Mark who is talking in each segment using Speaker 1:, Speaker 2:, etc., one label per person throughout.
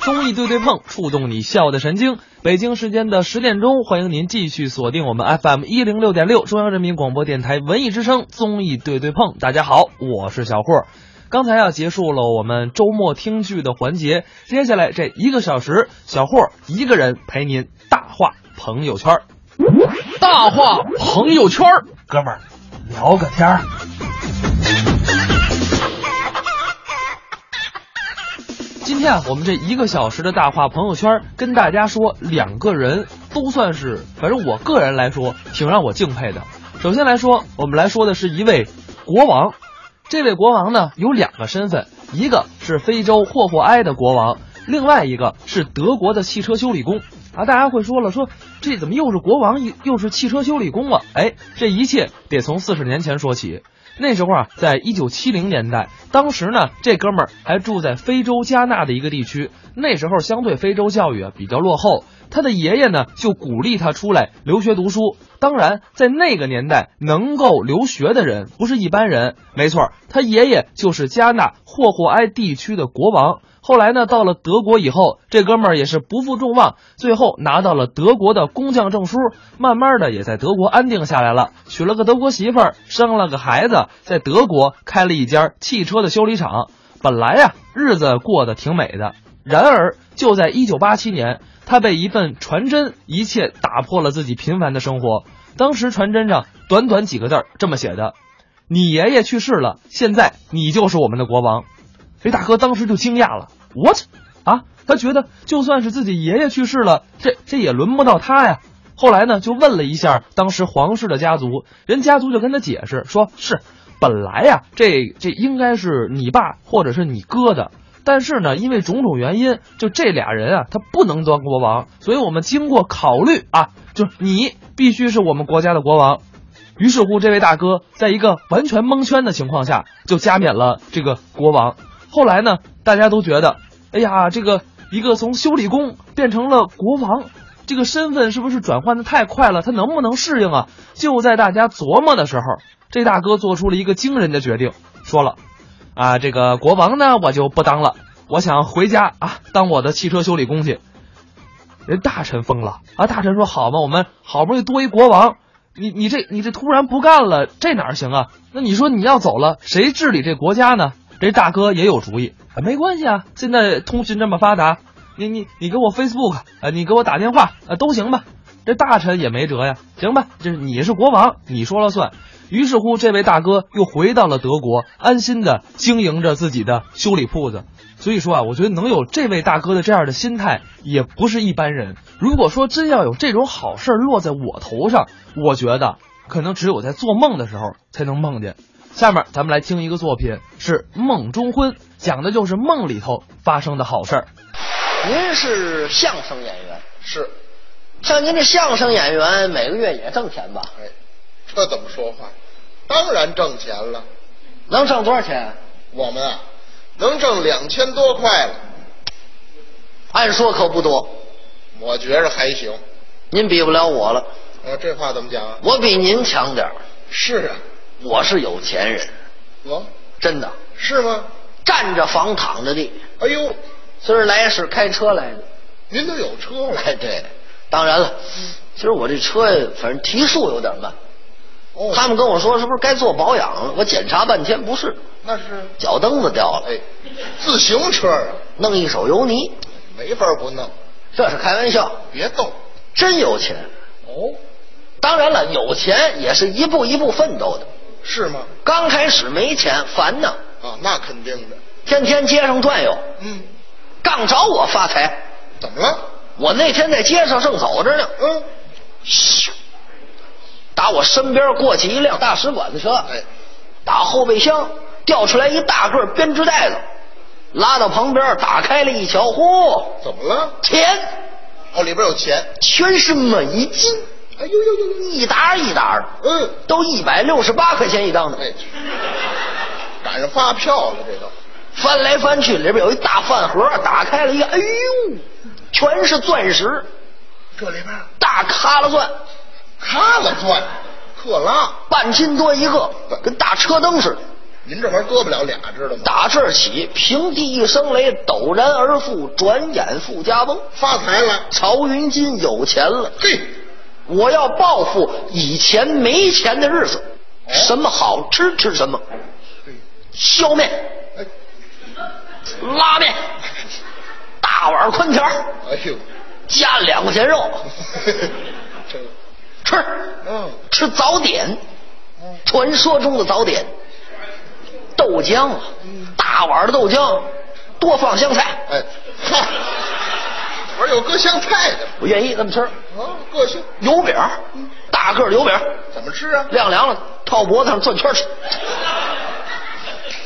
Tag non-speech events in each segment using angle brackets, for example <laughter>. Speaker 1: 综艺对对碰，触动你笑的神经。北京时间的十点钟，欢迎您继续锁定我们 FM 一零六点六，中央人民广播电台文艺之声综艺对对碰。大家好，我是小霍。刚才啊，结束了我们周末听剧的环节，接下来这一个小时，小霍一个人陪您大话朋友圈儿。大话朋友圈儿，哥们儿聊个天儿。今天啊，我们这一个小时的大话朋友圈儿，跟大家说两个人都算是，反正我个人来说，挺让我敬佩的。首先来说，我们来说的是一位国王，这位国王呢有两个身份，一个是非洲霍霍埃的国王，另外一个是德国的汽车修理工。啊，大家会说了，说这怎么又是国王，又又是汽车修理工啊？哎，这一切得从四十年前说起。那时候啊，在一九七零年代，当时呢，这哥们儿还住在非洲加纳的一个地区。那时候相对非洲教育啊比较落后，他的爷爷呢就鼓励他出来留学读书。当然，在那个年代，能够留学的人不是一般人。没错，他爷爷就是加纳霍霍埃地区的国王。后来呢，到了德国以后，这哥们儿也是不负众望，最后拿到了德国的工匠证书，慢慢的也在德国安定下来了，娶了个德国媳妇儿，生了个孩子，在德国开了一家汽车的修理厂。本来呀、日子过得挺美的。然而，就在1987年，他被一份传真一切打破了自己平凡的生活。当时传真上短短几个字儿这么写的：“你爷爷去世了，现在你就是我们的国王。”这大哥当时就惊讶了，what 啊？他觉得就算是自己爷爷去世了，这这也轮不到他呀。后来呢，就问了一下当时皇室的家族，人家族就跟他解释说，是本来呀、这这应该是你爸或者是你哥的，但是呢，因为种种原因，就这俩人啊，他不能当国王，所以我们经过考虑啊，就是你必须是我们国家的国王。于是乎，这位大哥在一个完全蒙圈的情况下，就加冕了这个国王。后来呢，大家都觉得，哎呀，这个一个从修理工变成了国王，这个身份是不是转换的太快了？他能不能适应啊？就在大家琢磨的时候，这大哥做出了一个惊人的决定，说了，啊，这个国王呢，我就不当了，我想回家啊，当我的汽车修理工去。人大臣疯了啊！大臣说：“好嘛，我们好不容易多一国王，你你这你这突然不干了，这哪儿行啊？那你说你要走了，谁治理这国家呢？”这大哥也有主意，啊、没关系啊，现在通讯这么发达，你你你给我 Facebook 啊，你给我打电话啊，都行吧。这大臣也没辙呀，行吧，这是你是国王，你说了算。于是乎，这位大哥又回到了德国，安心的经营着自己的修理铺子。所以说啊，我觉得能有这位大哥的这样的心态，也不是一般人。如果说真要有这种好事儿落在我头上，我觉得可能只有在做梦的时候才能梦见。下面咱们来听一个作品，是《梦中婚》，讲的就是梦里头发生的好事儿。
Speaker 2: 您是相声演员，
Speaker 3: 是，
Speaker 2: 像您这相声演员，每个月也挣钱吧？
Speaker 3: 哎，这怎么说话？当然挣钱了，
Speaker 2: 能挣多少钱？
Speaker 3: 我们啊，能挣两千多块了，
Speaker 2: 按说可不多，
Speaker 3: 我觉着还行。
Speaker 2: 您比不了我了，
Speaker 3: 呃，这话怎么讲啊？
Speaker 2: 我比您强点儿
Speaker 3: 是啊，
Speaker 2: 我是有钱人，
Speaker 3: 我
Speaker 2: 真的，
Speaker 3: 是吗？
Speaker 2: 站着房躺着地。
Speaker 3: 哎呦，
Speaker 2: 今儿来是开车来的， <laughs>
Speaker 3: 您都有车了
Speaker 2: 哎，对，当然了，今儿我这车反正提速有点慢，
Speaker 3: 哦，
Speaker 2: 他们跟我说是不是该做保养了？我检查半天不是，
Speaker 3: 那是
Speaker 2: 脚蹬子掉了，
Speaker 3: 哎，自行车啊，
Speaker 2: 弄一手油泥，
Speaker 3: 没法不弄，
Speaker 2: 这是开玩笑，
Speaker 3: 别动。
Speaker 2: 真有钱。
Speaker 3: 哦，
Speaker 2: 当然了，有钱也是一步一步奋斗的。
Speaker 3: 是吗？
Speaker 2: 刚开始没钱，烦呢，
Speaker 3: 啊，那肯定的。
Speaker 2: 天天街上转悠，
Speaker 3: 嗯，
Speaker 2: 杠着我发财。
Speaker 3: 怎么了？
Speaker 2: 我那天在街上正走着呢，
Speaker 3: 嗯，
Speaker 2: 咻，打我身边过去一辆大使馆的车，
Speaker 3: 哎，
Speaker 2: 打后备箱掉出来一大个编织袋子，拉到旁边打开了一瞧，嚯，
Speaker 3: 怎么了？
Speaker 2: 钱，
Speaker 3: 哦，里边有钱。
Speaker 2: 全是美金，
Speaker 3: 哎呦呦呦呦！
Speaker 2: 一沓一沓的，
Speaker 3: 嗯，
Speaker 2: 都一百六十八块钱一张的。
Speaker 3: 哎，赶上发票了，这都。
Speaker 2: 翻来翻去，里边有一大饭盒，打开了一个，哎呦，全是钻石，
Speaker 3: 这里边
Speaker 2: 大卡拉钻，
Speaker 3: 卡了钻，克拉，
Speaker 2: 半斤多一个，跟大车灯似的。
Speaker 3: 您这玩意儿搁不了俩，知道吗？
Speaker 2: 打这儿起，平地一声雷，陡然而富，转眼富家翁。
Speaker 3: 发财了，
Speaker 2: 曹云金有钱了，
Speaker 3: 嘿，
Speaker 2: 我要报复以前没钱的日子，
Speaker 3: 哦
Speaker 2: 什么好吃吃什么，
Speaker 3: 对，
Speaker 2: 削面、
Speaker 3: 哎，
Speaker 2: 拉面、大碗宽条，
Speaker 3: 哎 <laughs> 呦，
Speaker 2: 加两块钱肉
Speaker 3: 哎这个，
Speaker 2: 吃，
Speaker 3: 嗯，
Speaker 2: 吃早点，
Speaker 3: 嗯，
Speaker 2: 传说中的早点，豆浆啊，
Speaker 3: 嗯
Speaker 2: 大碗的豆浆，多放香菜，
Speaker 3: 哎，哈，我说有搁香菜的，
Speaker 2: 我愿意这么吃。
Speaker 3: 啊，个性
Speaker 2: 油饼，
Speaker 3: 嗯
Speaker 2: 大个儿油饼，
Speaker 3: 怎么吃啊？
Speaker 2: 晾凉了套脖子上转圈吃。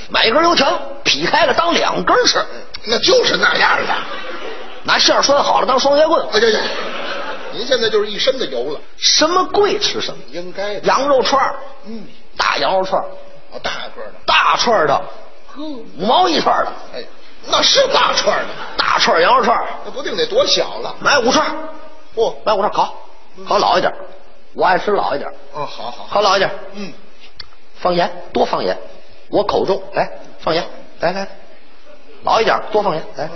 Speaker 2: 买一根油条，劈开了当两根吃，
Speaker 3: 那就是那样的。
Speaker 2: 拿馅儿拴好了当双截棍。
Speaker 3: 哎呀呀，您现在就是一身的油了，
Speaker 2: 什么贵吃什么，
Speaker 3: 应该的。
Speaker 2: 羊肉串儿，
Speaker 3: 嗯，
Speaker 2: 大羊肉串儿，
Speaker 3: 哦，大个儿的，
Speaker 2: 大串儿的，五毛一串儿的，
Speaker 3: 哎，那是大串儿的，
Speaker 2: 大串儿羊肉串儿，
Speaker 3: 那不定得多小了。
Speaker 2: 买五串儿，
Speaker 3: 不、
Speaker 2: 买五串儿烤，烤老一点儿，我爱吃老一点儿，
Speaker 3: 嗯哦，好好好，
Speaker 2: 烤老一点儿，
Speaker 3: 嗯，
Speaker 2: 放盐，多放盐，我口重，来放盐，来来，老一点，多放盐，
Speaker 3: 嗯
Speaker 2: 来，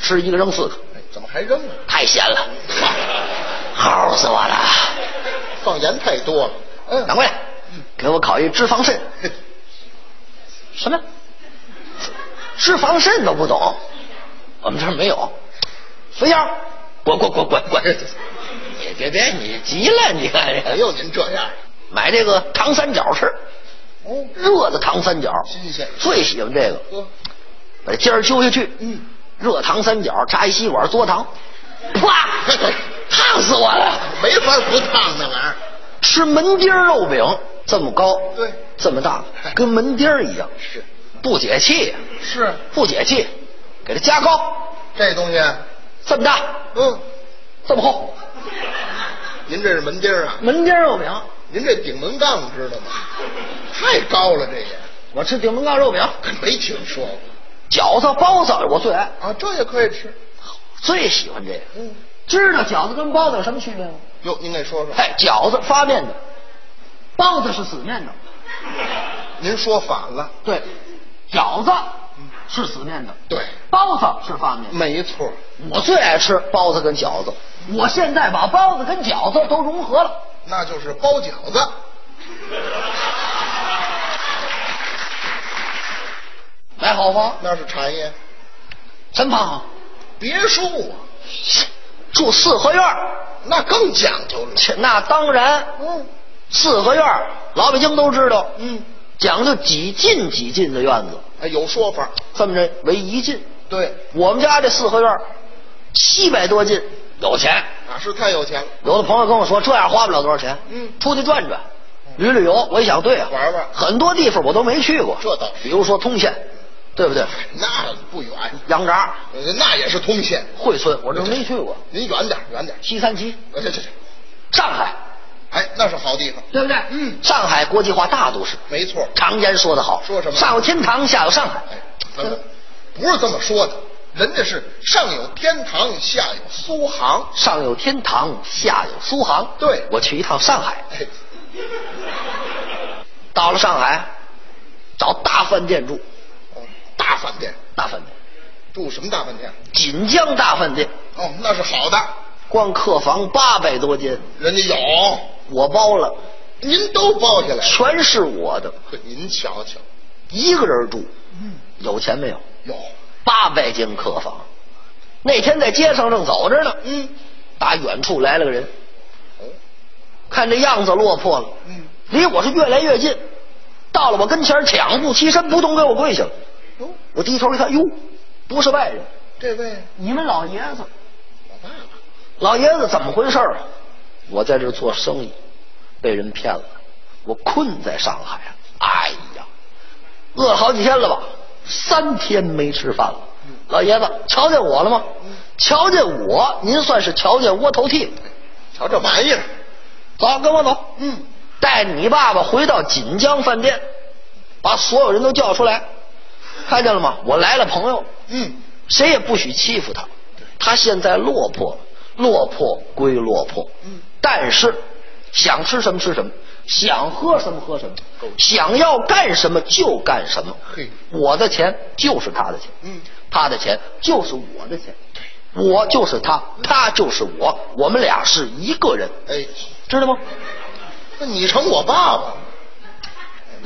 Speaker 2: 吃一个扔四个，
Speaker 3: 哎，怎么还扔啊？
Speaker 2: 太咸了，
Speaker 3: <laughs>
Speaker 2: 齁死我了！
Speaker 3: 放盐太多了。嗯，
Speaker 2: 掌柜，给我烤一脂肪
Speaker 3: <laughs>
Speaker 2: 肾，
Speaker 3: 嘿
Speaker 2: 什么？脂肪肾都不懂，我们这儿没有。肥腰，滚滚滚滚滚！别别别，你急了，你看这
Speaker 3: 哎
Speaker 2: 个，
Speaker 3: 呦，您这样，
Speaker 2: 买这个糖三角吃，
Speaker 3: 哦，
Speaker 2: 热的糖三角，
Speaker 3: 新鲜
Speaker 2: 最喜欢这个。
Speaker 3: 呵，
Speaker 2: 把尖儿揪下去，
Speaker 3: 嗯，
Speaker 2: 热糖三角扎一吸管嘬糖，啪，烫死我了！
Speaker 3: 没法不烫那玩意儿。
Speaker 2: 吃门钉儿肉饼这么高，
Speaker 3: 对
Speaker 2: 这么大，跟门钉儿一样，
Speaker 3: 是
Speaker 2: 不解气，
Speaker 3: 是，
Speaker 2: 不解气，给它加高，
Speaker 3: 这东西，
Speaker 2: 这么大，
Speaker 3: 嗯，
Speaker 2: 这么厚，
Speaker 3: 您这是门钉儿啊？
Speaker 2: 门钉儿肉饼，
Speaker 3: 您这顶门杠知道吗？太高了，这也
Speaker 2: 我吃顶门杠肉饼，
Speaker 3: 没听说过
Speaker 2: 饺子包子我最爱，
Speaker 3: 啊，这也可以吃。
Speaker 2: 最喜欢这个。
Speaker 3: 嗯，
Speaker 2: 知道饺子跟包子有什么区别吗？
Speaker 3: 哟，您给说说，
Speaker 2: 哎，饺子发面的，包子是死面的。
Speaker 3: 您说反了。
Speaker 2: 对，饺子是死面的，
Speaker 3: 对，
Speaker 2: 包子是发面的。
Speaker 3: 没错。
Speaker 2: 我最爱吃包子跟饺子，我现在把包子跟饺子都融合了。
Speaker 3: 那就是包饺子。
Speaker 2: 来，好吗？
Speaker 3: 那是茶叶，
Speaker 2: 陈胖，
Speaker 3: 别墅啊，
Speaker 2: 住四合院儿，
Speaker 3: 那更讲究了。
Speaker 2: 切那当然，
Speaker 3: 嗯
Speaker 2: 四合院儿老北京都知道，
Speaker 3: 嗯，
Speaker 2: 讲究几进几进的院子，
Speaker 3: 哎，有说法。
Speaker 2: 这么着为一进。
Speaker 3: 对，
Speaker 2: 我们家这四合院儿七百多进，有钱。
Speaker 3: 哪是太有钱了。
Speaker 2: 有的朋友跟我说，这样花不了多少钱，
Speaker 3: 嗯
Speaker 2: 出去转转，旅旅游。我一想，对啊，
Speaker 3: 玩玩
Speaker 2: 很多地方我都没去过，
Speaker 3: 这倒是
Speaker 2: 比如说通县，对不对？
Speaker 3: 那不远，
Speaker 2: 杨闸、
Speaker 3: 呃那也是通县。
Speaker 2: 惠村，我这没去过。
Speaker 3: 您远点儿，远点儿。
Speaker 2: 西三旗、
Speaker 3: 呃这这这，
Speaker 2: 上海，
Speaker 3: 哎，那是好地方，
Speaker 2: 对不对？
Speaker 3: 嗯
Speaker 2: 上海国际化大都市，
Speaker 3: 没错。
Speaker 2: 常言说得好，
Speaker 3: 说什么
Speaker 2: 上有天堂，下有上海。
Speaker 3: 哎，咱们
Speaker 2: 嗯
Speaker 3: 不是这么说的，人家是上有天堂，下有苏杭。
Speaker 2: 上有天堂，下有苏杭。
Speaker 3: 对
Speaker 2: 我去一趟上海，
Speaker 3: 哎，
Speaker 2: 到了上海，找大饭店住，
Speaker 3: 哦，大饭店
Speaker 2: 大饭店，
Speaker 3: 住什么大饭店？
Speaker 2: 锦江大饭店，
Speaker 3: 哦，那是好的，
Speaker 2: 光客房八百多间，
Speaker 3: 人家有，
Speaker 2: 我包了，
Speaker 3: 您都包下来了。
Speaker 2: 全是我的，
Speaker 3: 呵，您瞧瞧，
Speaker 2: 一个人住，
Speaker 3: 嗯
Speaker 2: 有钱没有？
Speaker 3: 有，
Speaker 2: 八百间客房。那天在街上正走着呢，
Speaker 3: 嗯，
Speaker 2: 打远处来了个人，
Speaker 3: 哦，
Speaker 2: 看这样子落魄了，
Speaker 3: 嗯，
Speaker 2: 离我是越来越近，到了我跟前儿抢步欺身不动给我跪下了。
Speaker 3: 哟，
Speaker 2: 我低头一看，哟，不是外人，
Speaker 3: 这位
Speaker 2: 你们老爷子，
Speaker 3: 老爸爸，
Speaker 2: 老爷子怎么回事儿啊？我在这儿做生意，被人骗了，我困在上海啊！哎呀，饿了好几天了吧？三天没吃饭了。老爷子，瞧见我了吗？瞧见我，您算是瞧见窝头剃了。
Speaker 3: 瞧这玩意儿，
Speaker 2: 走，跟我走。
Speaker 3: 嗯，
Speaker 2: 带着你爸爸回到锦江饭店，把所有人都叫出来，看见了吗？我来了朋友，
Speaker 3: 嗯，
Speaker 2: 谁也不许欺负他。他现在落魄了，落魄归落魄，
Speaker 3: 嗯，
Speaker 2: 但是想吃什么吃什么，想喝什么喝什么，想要干什么就干什么。
Speaker 3: 嘿
Speaker 2: 我的钱就是他的钱，
Speaker 3: 嗯
Speaker 2: 他的钱就是我的钱，我就是他，
Speaker 3: 嗯
Speaker 2: 他就是我，我们俩是一个人，
Speaker 3: 哎，
Speaker 2: 知道吗？
Speaker 3: 那你成我爸爸了，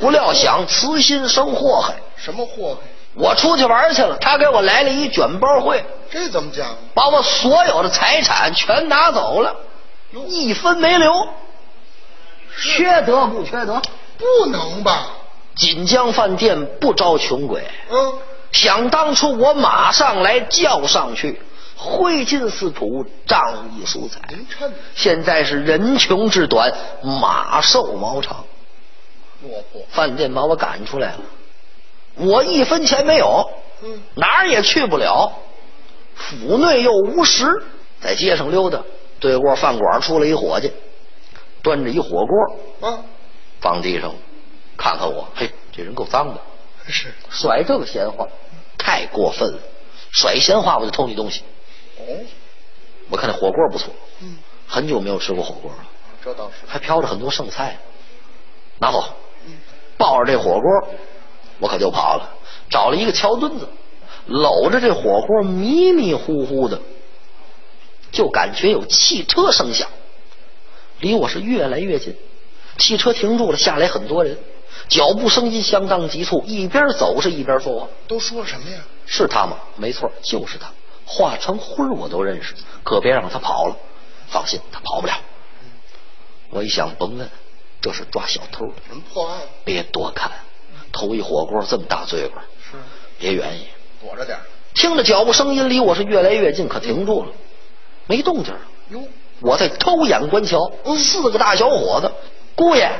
Speaker 2: 不料想慈心生祸害，
Speaker 3: 什么祸害？
Speaker 2: 我出去玩去了，他给我来了一卷包会，
Speaker 3: 这怎么讲？
Speaker 2: 把我所有的财产全拿走了，一分没留，缺德不缺德？
Speaker 3: 不能吧？
Speaker 2: 锦江饭店不招穷鬼，
Speaker 3: 嗯，
Speaker 2: 想当初我马上来叫上去，挥金似土，仗义疏财。
Speaker 3: 您趁
Speaker 2: 现在是人穷志短，马瘦毛长，
Speaker 3: 落魄。
Speaker 2: 饭店把我赶出来了，我一分钱没有，
Speaker 3: 嗯
Speaker 2: 哪儿也去不了，府内又无食，在街上溜达。对过饭馆出来一伙计，端着一火锅
Speaker 3: 啊，
Speaker 2: 放地上，看看我，嘿，这人够脏的，
Speaker 3: 是
Speaker 2: 甩这个闲话，太过分了！甩闲话我就偷你东西。
Speaker 3: 哦，
Speaker 2: 我看那火锅不错，
Speaker 3: 嗯，
Speaker 2: 很久没有吃过火锅了，
Speaker 3: 这倒是。
Speaker 2: 还飘着很多剩菜，拿走。抱着这火锅，我可就跑了，找了一个桥墩子，搂着这火锅迷迷糊糊的，就感觉有汽车声响，离我是越来越近。汽车停住了，下来很多人，脚步声音相当急促，一边走是一边说话。
Speaker 3: 都说什么呀？
Speaker 2: 是他吗？没错，就是他。化成灰儿我都认识，可别让他跑了。放心，他跑不了。我一想，甭问，这是抓小偷的，
Speaker 3: 什么破案？
Speaker 2: 别多看。头一火锅这么大罪过，
Speaker 3: 是
Speaker 2: 别愿意。
Speaker 3: 躲着点儿。
Speaker 2: 听着脚步声音离我是越来越近，可停住了，没动静儿。
Speaker 3: 哟，
Speaker 2: 我在偷眼观瞧，嗯四个大小伙子，姑爷，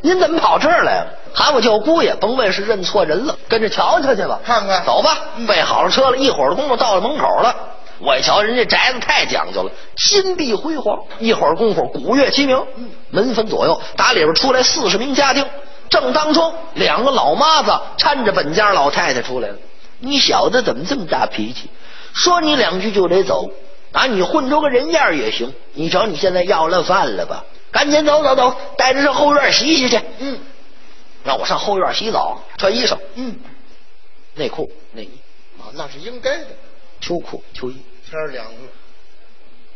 Speaker 2: 您怎么跑这儿来了？喊我叫姑爷，甭问是认错人了，跟着瞧瞧去吧，
Speaker 3: 看看
Speaker 2: 走吧，啊备好了车了，一会儿的功夫到了门口了。我一瞧，人家宅子太讲究了，金碧辉煌。一会儿功夫，鼓乐齐鸣，
Speaker 3: 嗯
Speaker 2: 门分左右，打里边出来四十名家丁。正当中，两个老妈子搀着本家老太太出来了。你小子怎么这么大脾气？说你两句就得走啊！你混出个人样儿也行。你瞧你现在要了饭了吧？赶紧走走走，带着上后院洗洗去。
Speaker 3: 嗯
Speaker 2: 让我上后院洗澡，穿衣裳，
Speaker 3: 嗯，
Speaker 2: 内裤、内衣、
Speaker 3: 啊，那是应该的。
Speaker 2: 秋裤、秋衣、
Speaker 3: 天儿凉了，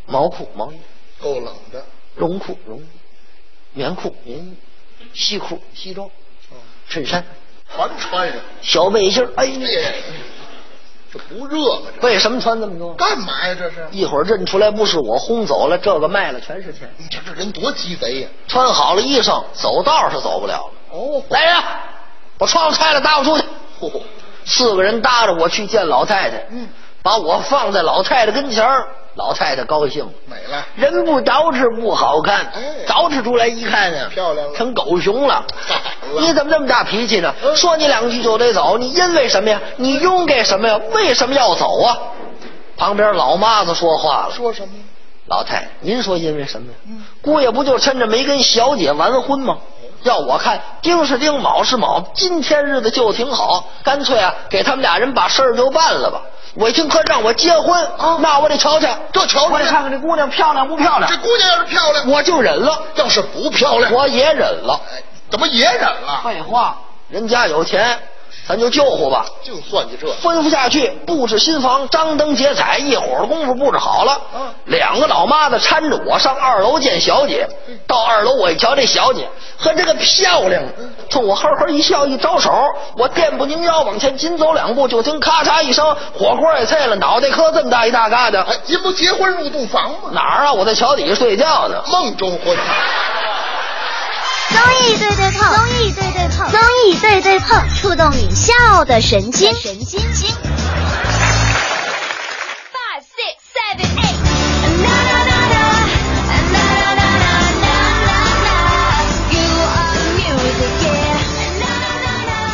Speaker 2: 毛裤、毛衣、
Speaker 3: 够冷的。
Speaker 2: 绒裤、绒衣、棉裤、棉衣、西裤、西装、
Speaker 3: 嗯，
Speaker 2: 衬衫、
Speaker 3: 全穿上。
Speaker 2: 小背心儿。哎呀，
Speaker 3: 这这不热吗？
Speaker 2: 为什么穿那么多
Speaker 3: 这？干嘛呀？这是
Speaker 2: 一会儿认出来不是我，轰走了，这个卖了全是钱。
Speaker 3: 你瞧这人多鸡贼呀！
Speaker 2: 穿好了衣裳，走道是走不了了。
Speaker 3: 哦
Speaker 2: 来人，把窗户开了，搭我出去。
Speaker 3: 嚯，
Speaker 2: 四个人搭着我去见老太太，
Speaker 3: 嗯，
Speaker 2: 把我放在老太太跟前儿，老太太高兴了。
Speaker 3: 美了，
Speaker 2: 人不捯饬不好看
Speaker 3: 哎，
Speaker 2: 捯饬出来一看呀，
Speaker 3: 漂亮了
Speaker 2: 成狗熊了
Speaker 3: 嗨。
Speaker 2: 你怎么这么大脾气呢？
Speaker 3: 嗯
Speaker 2: 说你两句就得走，你因为什么呀？你因为什么呀？为什么要走啊？旁边老妈子说话了，
Speaker 3: 说什么呀？
Speaker 2: 老太太，您说因为什么呀？
Speaker 3: 嗯
Speaker 2: 姑爷不就趁着没跟小姐完婚吗？要我看，丁是丁，卯是卯，今天日子就挺好，干脆啊，给他们俩人把事儿就办了吧。我一听可让我结婚，啊、那我得瞧瞧，
Speaker 3: 哦就瞧瞧
Speaker 2: 我得看看这姑娘漂亮不漂亮
Speaker 3: 这。姑娘要是漂亮，
Speaker 2: 我就忍了，
Speaker 3: 要是不漂亮，
Speaker 2: 我也忍了。
Speaker 3: 哎，怎么也忍了？
Speaker 2: 废话，人家有钱，咱就救活吧。
Speaker 3: 净算计这
Speaker 2: 吩咐下去，布置新房，张灯结彩，一会儿的功夫布置好了。
Speaker 3: 嗯
Speaker 2: 两个老妈子搀着我上二楼见小姐。
Speaker 3: 嗯
Speaker 2: 到二楼我一瞧，这小姐和这个漂亮，
Speaker 3: 嗯
Speaker 2: 冲我呵呵一笑，一招手，我电不拧腰往前紧走两步，就听咔嚓一声，火锅也碎了，脑袋磕这么大一大疙瘩。
Speaker 3: 哎，您不结婚入洞房吗？
Speaker 2: 哪儿啊？我在桥底下睡觉呢。
Speaker 3: 梦中婚，
Speaker 4: 综艺对对碰，综艺对对碰，综艺对对碰，触动你笑的神经，神经经。Five, six, seven, eight. Na, na, na, na. Na, na, na, na, na, na, na. You are music, yeah. Na, na, na, na.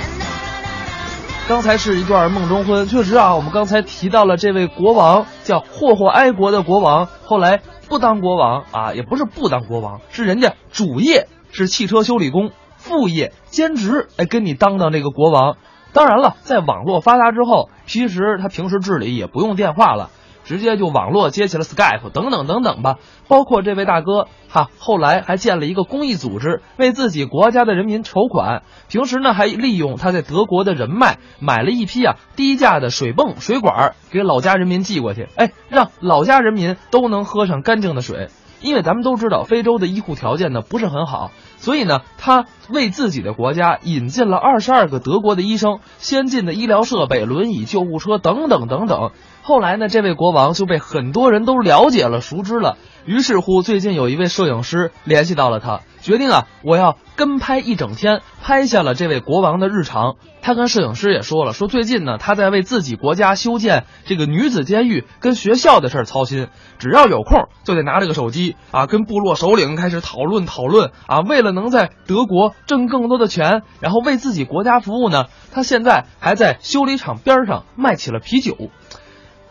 Speaker 4: Na, na, na, na.
Speaker 1: 刚才是一段梦中婚，确实啊，我们刚才提到了这位国王叫霍霍哀国的国王，后来不当国王啊，也不是不当国王，是人家主业是汽车修理工，副业兼职哎跟你当当这个国王。当然了，在网络发达之后，其实他平时治理也不用电话了，直接就网络接起了 Skype 等等等等吧。包括这位大哥哈，后来还建了一个公益组织，为自己国家的人民筹款。平时呢，还利用他在德国的人脉，买了一批啊低价的水泵、水管儿给老家人民寄过去，哎，让老家人民都能喝上干净的水。因为咱们都知道非洲的医护条件呢不是很好，所以呢，他为自己的国家引进了二十二个德国的医生、先进的医疗设备、轮椅、救护车等等等等。后来呢，这位国王就被很多人都了解了、熟知了。于是乎，最近有一位摄影师联系到了他，决定啊，我要跟拍一整天，拍下了这位国王的日常。他跟摄影师也说了，说最近呢，他在为自己国家修建这个女子监狱跟学校的事儿操心，只要有空就得拿着个手机啊，跟部落首领开始讨论讨论啊。为了能在德国挣更多的钱，然后为自己国家服务呢，他现在还在修理厂边上卖起了啤酒。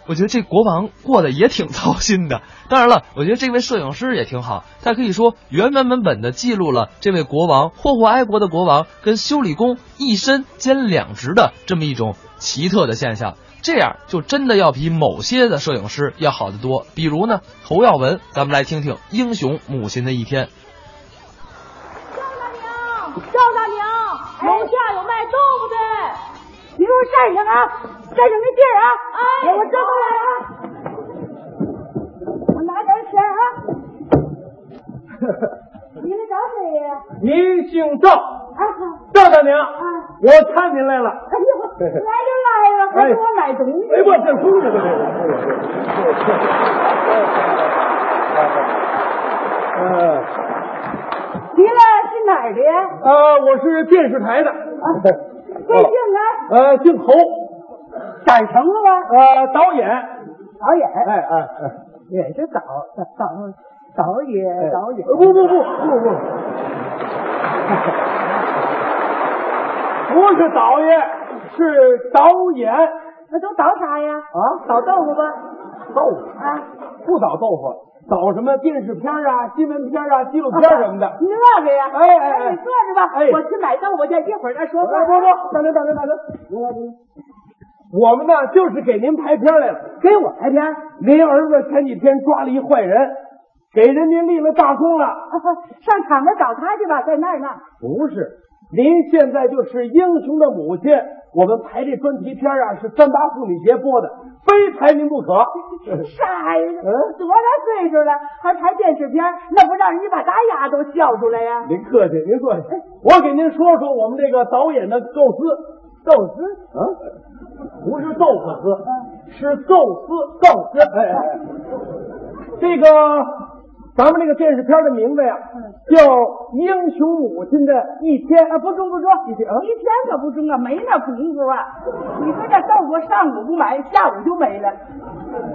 Speaker 1: 我觉得这国王过得也挺 <laughs> 操心的。当然了，我觉得这位摄影师也挺好，他可以说原原本本的记录了这位国王霍霍埃国的国王跟修理工一身兼两职的这么一种奇特的现象。这样就真的要比某些的摄影师要好得多。比如呢，侯耀文，咱们来听听《英雄母亲的一天》。
Speaker 5: 赵大娘，楼下有卖豆腐的，你给我站上啊，站上那地儿啊，哎，我这过来啊，我拿点钱啊，你们找谁呀？
Speaker 6: 您姓赵，
Speaker 5: 啊，
Speaker 6: 赵大娘，
Speaker 5: 嗯
Speaker 6: 我看您来了。
Speaker 5: 哎呦，来就来了，还给我买东西，
Speaker 6: 哎，我这姑娘这嗯，
Speaker 5: 你俩是哪儿的呀？
Speaker 6: 啊，我是电视台的，
Speaker 5: 啊贵姓啊？
Speaker 6: 呃，姓侯，
Speaker 5: 赶成了吧？
Speaker 6: 呃，导演。
Speaker 5: 导演，
Speaker 6: 哎哎哎，
Speaker 5: 也是导导导演导演，
Speaker 6: 不不不不
Speaker 5: <laughs>
Speaker 6: 不，不是导演，是导演，
Speaker 5: 那都导啥呀？啊，导豆腐吧。
Speaker 6: 豆腐
Speaker 5: 啊。
Speaker 6: 不导豆腐，导什么电视片啊、新闻片啊、纪录片什么的。
Speaker 5: 你那个呀？
Speaker 6: 哎哎哎
Speaker 5: 你坐着吧，
Speaker 6: 哎
Speaker 5: 我去买豆腐去，一会儿再说吧。
Speaker 6: 不不，大哥大哥大哥，我们呢就是给您拍片来了。
Speaker 5: 给我来片。
Speaker 6: 您儿子前几天抓了一坏人，给人您立了大功了。
Speaker 5: 上厂子找他去吧，在那儿呢。
Speaker 6: 不是，您现在就是英雄的母亲。我们排这专题片啊，是三八妇女节播的，非排您不可。
Speaker 5: 傻孩子，
Speaker 6: 嗯
Speaker 5: 多大岁数了，还拍电视片，那不让人家把大牙都笑出来呀、
Speaker 6: 您客气，您客气。我给您说说我们这个导演的构思。构思啊，不是豆腐丝，是构思构思。哎哎哎，这个咱们这个电视片的名字呀，叫《英雄母亲的一天》啊，不中不中，一天啊，
Speaker 5: 一天可不中啊，没那功夫啊！你说这豆腐上午不买，下午就没了。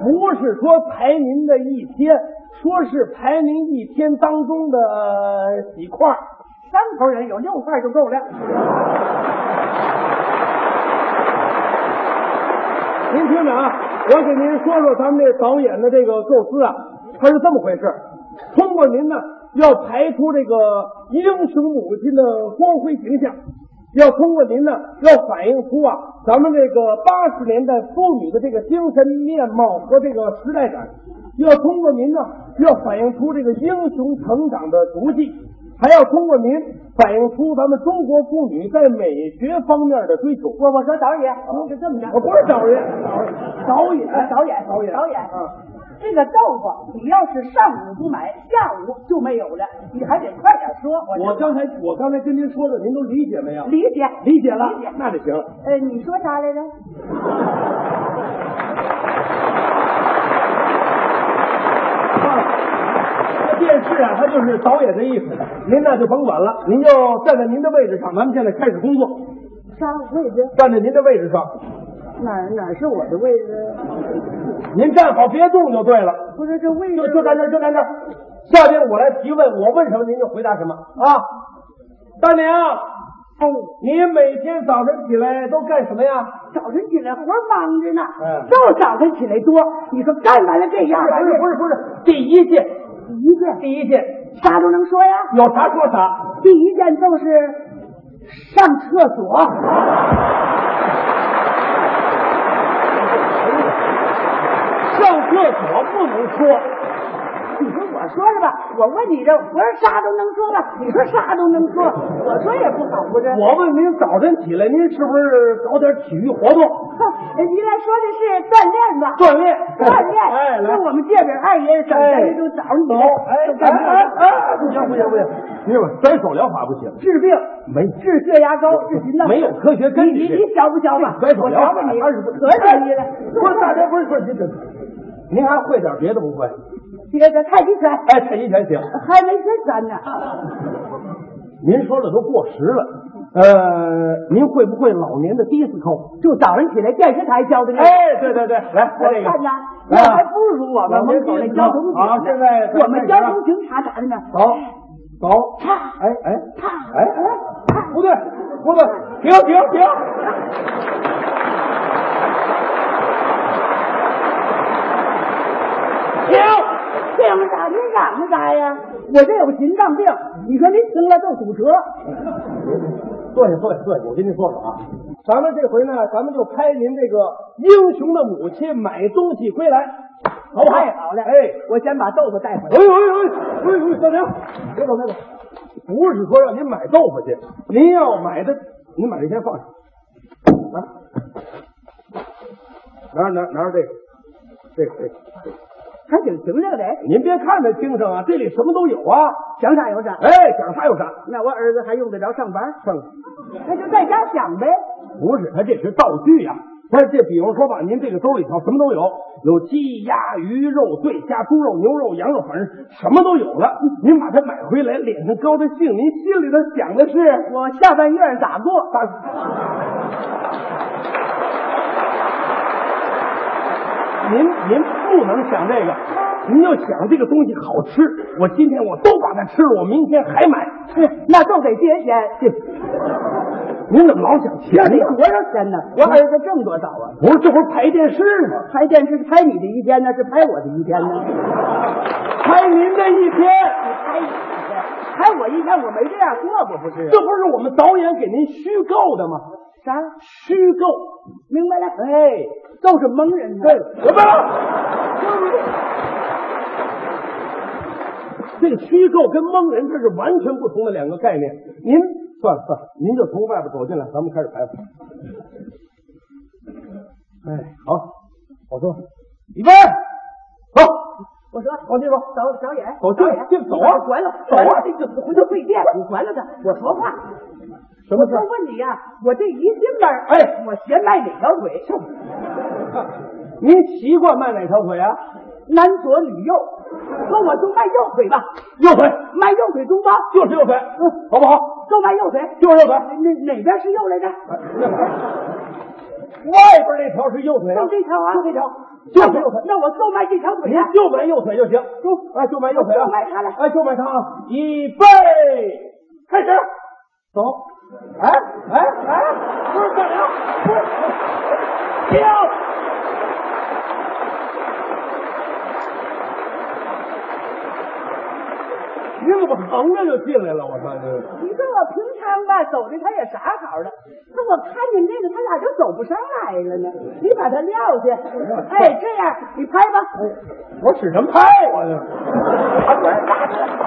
Speaker 6: 不是说排您的一天，说是排您一天当中的呃几块儿。
Speaker 5: 三口人有六块就够了。
Speaker 6: 您听着啊，我给您说说咱们这导演的这个构思啊，它是这么回事儿。通过您呢，要排出这个英雄母亲的光辉形象，要通过您呢，要反映出啊，咱们这个八十年代妇女的这个精神面貌和这个时代感，要通过您呢，要反映出这个英雄成长的足迹，还要通过您反映出咱们中国妇女在美学方面的追求。
Speaker 5: 我我说导演，你就哦这么着。
Speaker 6: 我不是导演，导演，
Speaker 5: 导演，嗯
Speaker 6: 导演，
Speaker 5: 导演，
Speaker 6: 啊！
Speaker 5: 这个豆腐，你要是上午不买，下午就没有了，你还得快点说。
Speaker 6: 我刚才我刚才跟您说的，您都理解没有？
Speaker 5: 理解，
Speaker 6: 理解了
Speaker 5: 理解，。
Speaker 6: 那就行了。
Speaker 5: 呃，你说啥来着？
Speaker 6: 电视啊，它就是导演的意思。您那就甭管了，您就站在您的位置上，咱们现在开始工作。
Speaker 5: 啥位置？
Speaker 6: 站在您的位置上，
Speaker 5: 哪儿哪儿是我的位置？
Speaker 6: 您站好别动就对了。
Speaker 5: 不是这位置，
Speaker 6: 就就站这儿，就站这儿。下边我来提问，我问什么您就回答什么啊。大娘，
Speaker 5: 哎，
Speaker 6: 你每天早晨起来都干什么呀？
Speaker 5: 早晨起来活忙着呢，
Speaker 6: 嗯
Speaker 5: 就早晨起来多。你说干完了这样，啊
Speaker 6: 不是不是不是，第一件，
Speaker 5: 第一件
Speaker 6: 第一件，
Speaker 5: 啥都能说呀。
Speaker 6: 有啥说啥。
Speaker 5: 第一件就是上厕所。
Speaker 6: 上上厕所不能说。
Speaker 5: 你说我说是吧？我问你这，我说啥都能说吧？你说啥都能说，我说也不好不是？
Speaker 6: 我问您，早晨起来您是不是搞点体育活动？
Speaker 5: 哼， <laughs> 您来说的是锻炼吧？
Speaker 6: 锻炼
Speaker 5: 锻炼。
Speaker 6: 哎来
Speaker 5: 那我们这边二爷整天就早上起来
Speaker 6: 哎
Speaker 5: 就
Speaker 6: 哎
Speaker 5: 干这
Speaker 6: 哎
Speaker 5: 个
Speaker 6: 哎，不行不行不行，因为单手疗法不行，
Speaker 5: 治病、
Speaker 6: 没
Speaker 5: 治血压高、治心脏病
Speaker 6: 没有科学根
Speaker 5: 你
Speaker 6: 据
Speaker 5: 你你小不小吧？
Speaker 6: 单手
Speaker 5: 我
Speaker 6: 疗
Speaker 5: 瞧
Speaker 6: 法
Speaker 5: 瞧你，
Speaker 6: 它是不
Speaker 5: 可着你了。
Speaker 6: 不是大家不是不是您这，您还会点别的不会？
Speaker 5: 这个太极拳
Speaker 6: 哎，太极拳行。
Speaker 5: 还没学全呢。
Speaker 6: 啊您说的都过时了。呃，您会不会老年的迪斯科？
Speaker 5: 就早上起来电视台教的那个。
Speaker 6: 哎，对对对，来，
Speaker 5: 我
Speaker 6: 来这个，
Speaker 5: 看呐，那
Speaker 6: 来啊
Speaker 5: 还不如我们
Speaker 6: 我们
Speaker 5: 蒙古的交通
Speaker 6: 好
Speaker 5: 警。
Speaker 6: 啊现在咱们
Speaker 5: 我们交通警察咋的呢？
Speaker 6: 走走，哎哎哎哎，不对不对，停停停！
Speaker 5: 停！停啥？您嚷的啥呀？我这有心脏病，你说您停了就堵车。
Speaker 6: 坐下坐下坐下，我跟您说说啊，咱们这回呢，咱们就拍您这个英雄的母亲买东西归来，好不好？
Speaker 5: 太好了，
Speaker 6: 哎，
Speaker 5: 我先把豆腐带回
Speaker 6: 哎
Speaker 5: 来。
Speaker 6: 呦哎呦哎呦哎呦！大娘，别走别走，不是说让您买豆腐去，您要买的，您把这先放下。来，拿着拿着拿着这个，这个这个，
Speaker 5: 还挺行这个的，
Speaker 6: 您别看它轻省啊，这里什么都有啊。
Speaker 5: 想啥有啥。
Speaker 6: 哎，想啥有啥。
Speaker 5: 那我儿子还用得着上班？
Speaker 6: 上，
Speaker 5: 那就在家想呗。
Speaker 6: 不是，它这是道具呀、它这比方说吧，您这个兜里头什么都有，有鸡、鸭、鱼肉、对虾、猪肉、牛肉、羊肉，反正什么都有了。您把它买回来，脸上高的兴，您心里头想的是
Speaker 5: 我下半月咋过？
Speaker 6: 大您您不能想这个，您就想这个东西好吃。我今天我都把它吃了，我明天还买。
Speaker 5: 那就得借钱。
Speaker 6: 您怎么老想钱
Speaker 5: 那得
Speaker 6: 呢？
Speaker 5: 多少钱呢？我儿子挣多少啊？
Speaker 6: 不是，这不是排电视呢，
Speaker 5: 拍电视是拍你的一天呢，是拍我的一天呢？
Speaker 6: 排您这一天，
Speaker 5: 拍你的一天，拍我一天，我没这样过过，不是啊？
Speaker 6: 这不是我们导演给您虚构的吗？
Speaker 5: 啥？
Speaker 6: 虚构，
Speaker 5: 明白了？哎，都是蒙人呢。
Speaker 6: 对，明白了。这个虚构跟蒙人这是完全不同的两个概念。您算了算了，您就从外边走进来，咱们开始排吧。哎，好，我说，预备，走，
Speaker 5: 我说，我这个导导演，
Speaker 6: 走
Speaker 5: 导演，
Speaker 6: 进进走啊
Speaker 5: 你管了，
Speaker 6: 走啊
Speaker 5: 你就回头跪垫，你管了他，我说话。
Speaker 6: 什
Speaker 5: 我
Speaker 6: 么事
Speaker 5: 就
Speaker 6: 儿？
Speaker 5: 问你呀、我这一进门，
Speaker 6: 哎
Speaker 5: 我先迈哪条腿？
Speaker 6: 您习惯迈哪条腿啊？
Speaker 5: 男左女右，说我就迈右腿吧，
Speaker 6: 右腿，
Speaker 5: 迈右腿中吧，
Speaker 6: 就是右腿，嗯，好不好？
Speaker 5: 就迈右腿，
Speaker 6: 就是右腿。
Speaker 5: 哪哪边是右来着？
Speaker 6: 外边那条是右腿啊
Speaker 5: 就，这条啊，就这条，
Speaker 6: 就是
Speaker 5: 那
Speaker 6: 右腿
Speaker 5: 我那我就迈这条腿呀、
Speaker 6: 您就迈右腿就行。哎，就迈右腿啊！
Speaker 5: 就迈它了
Speaker 6: 哎，就迈它啊！预备，开始，走。哎哎哎，不是大娘，不是停。你怎么横着就进来了？我说这个。
Speaker 5: 你说我平常吧走的他也啥好的，那我看见这个他咋就走不上来了呢？你把他撂下，哎，这样你拍吧。
Speaker 6: 我使什么拍我呢？打腿，打腿。